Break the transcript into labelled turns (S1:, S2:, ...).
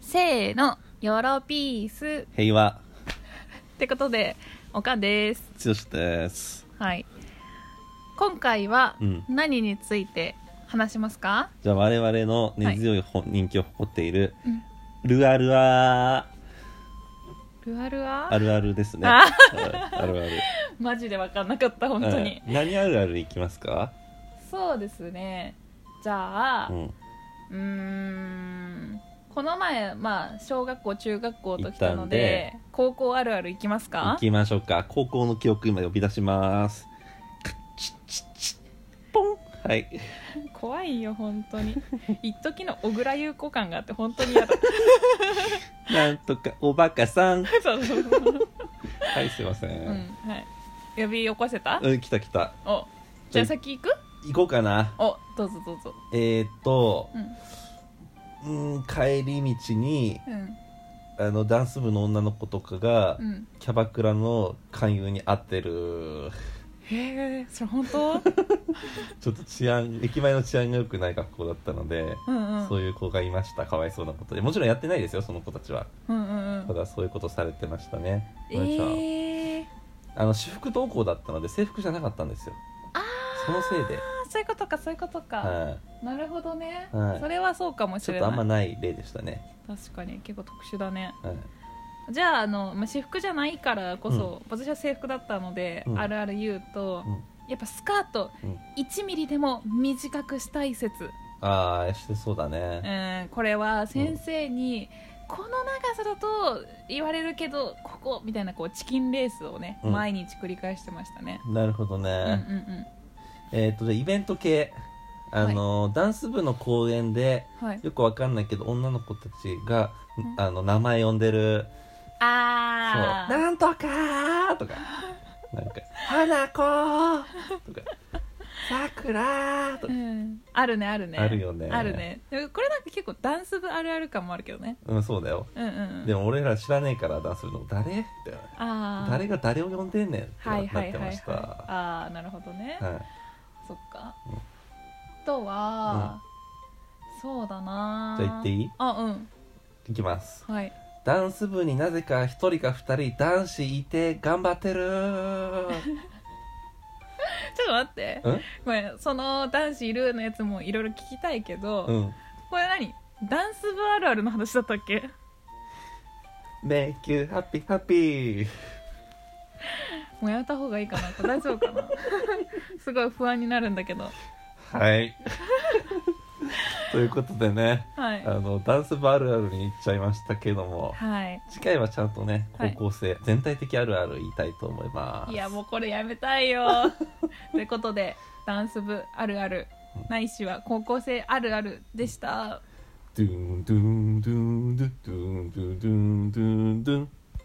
S1: せーのヨロピース
S2: 平和
S1: ってことでおかです
S2: 剛です
S1: はい今回は
S2: うん
S1: 何について話しますか、
S2: じゃあ我々の根強いほ、人気を誇っている
S1: うん
S2: ルアルア
S1: ルアルア
S2: あるあるですね
S1: あ
S2: はいあるある
S1: マジで分かんなかった本当に、
S2: うん何あるあるいきますか
S1: そうですねじゃあ
S2: う
S1: うんーんこの前まあ小学校中学校と来たので高校あるある行きます
S2: 行
S1: か
S2: きましょうか高校の記憶今呼び出しますカチッチッチッポンはい
S1: 怖いよ本当 に一時の小倉優子感があって本当に嫌だ
S2: なんとかおバカさん
S1: そうそうそう
S2: はいすいませ
S1: うん
S2: ん、
S1: はい呼び起こせた、
S2: うん、来た来た
S1: おじゃあ先行く
S2: 行こうかな
S1: おどうぞどうぞ
S2: えーっと
S1: うん
S2: うん帰り道に
S1: うん
S2: あのダンス部の女の子とかが、
S1: うん
S2: キャバクラの勧誘に合ってる
S1: へえそれ本 当
S2: ちょっと治安駅前の治安が良くない学校だったので、
S1: うんうん
S2: そういう子がいましたかわいそうなことでもちろんやってないですよその子たちは
S1: うんうんう
S2: た
S1: ん
S2: だそういうことされてましたね、
S1: ええー、
S2: あの私服登校だったので制服じゃなかったんですよ
S1: あ
S2: そのせいで、
S1: あそういうことかそういうことか、
S2: はい
S1: なるほどね、
S2: はい
S1: それはそうかもし
S2: ちょっ
S1: れな
S2: とあ
S1: い
S2: んまない例でしたね、
S1: 確かに結構特殊だね
S2: はい
S1: じゃああの、まあ、私服じゃないからこそ、私は制服だったので、
S2: うん
S1: あるある言うと、
S2: うん
S1: やっぱスカート
S2: うん
S1: 1ミリでも短くしたい説、
S2: ああしてそうだね、
S1: うん、これは先生に、この長さだと言われるけどここみたいなこうチキンレースをね、
S2: うん
S1: 毎日繰り返してましたね、
S2: なるほど
S1: うんうん
S2: ね、えーっとじゃあイベント系あの、ダンス部の公演で
S1: うんはい
S2: よくわかんないけど女の子たちが、
S1: うん
S2: あの名前呼んでる「そう
S1: ああ
S2: なんとかー」とか「なんか花子ー」とか「さくらー」と
S1: う
S2: か、
S1: ん、あるねあるね
S2: あるよね
S1: あるねでもこれなんか結構ダンス部あるある感もあるけどね
S2: うん、そうだよ
S1: うんうんうん
S2: でも俺ら知らねえからダンス部の「誰?」って
S1: ああ
S2: 誰が誰を呼んでんねん」って
S1: はい
S2: な
S1: は
S2: っ
S1: いはい、
S2: て
S1: は
S2: ま
S1: い
S2: し、たは
S1: ああなるほどね、
S2: い、
S1: そっか、
S2: うん
S1: あとは、そうだな
S2: じゃあ言っていい
S1: あうん
S2: いきます
S1: はい
S2: ダンス部になぜか一人か二人男子いて頑張ってる
S1: ち
S2: ー
S1: ょっと待って
S2: うん
S1: ごめんその男子いるのやつもいろいろ聞きたいけど、
S2: うん
S1: これ何ダンス部あるあるの話だったっけ
S2: Make you happy happy
S1: もうやめた方がいいかなこれ大丈夫かな すごい不安になるんだけど
S2: はい。 ということでね、
S1: はい
S2: あのダンス部あるあるに行っちゃいましたけども、
S1: はい
S2: 次回はちゃんとね、
S1: は
S2: 高
S1: い
S2: 校生、全体的あるある言いたいと思います。
S1: いやもうこれやめたい よということでダンス部あるあるないしは高校生あるあるでした
S2: ドゥンドゥンドゥンドゥンドゥンドゥンドゥンドゥンドゥン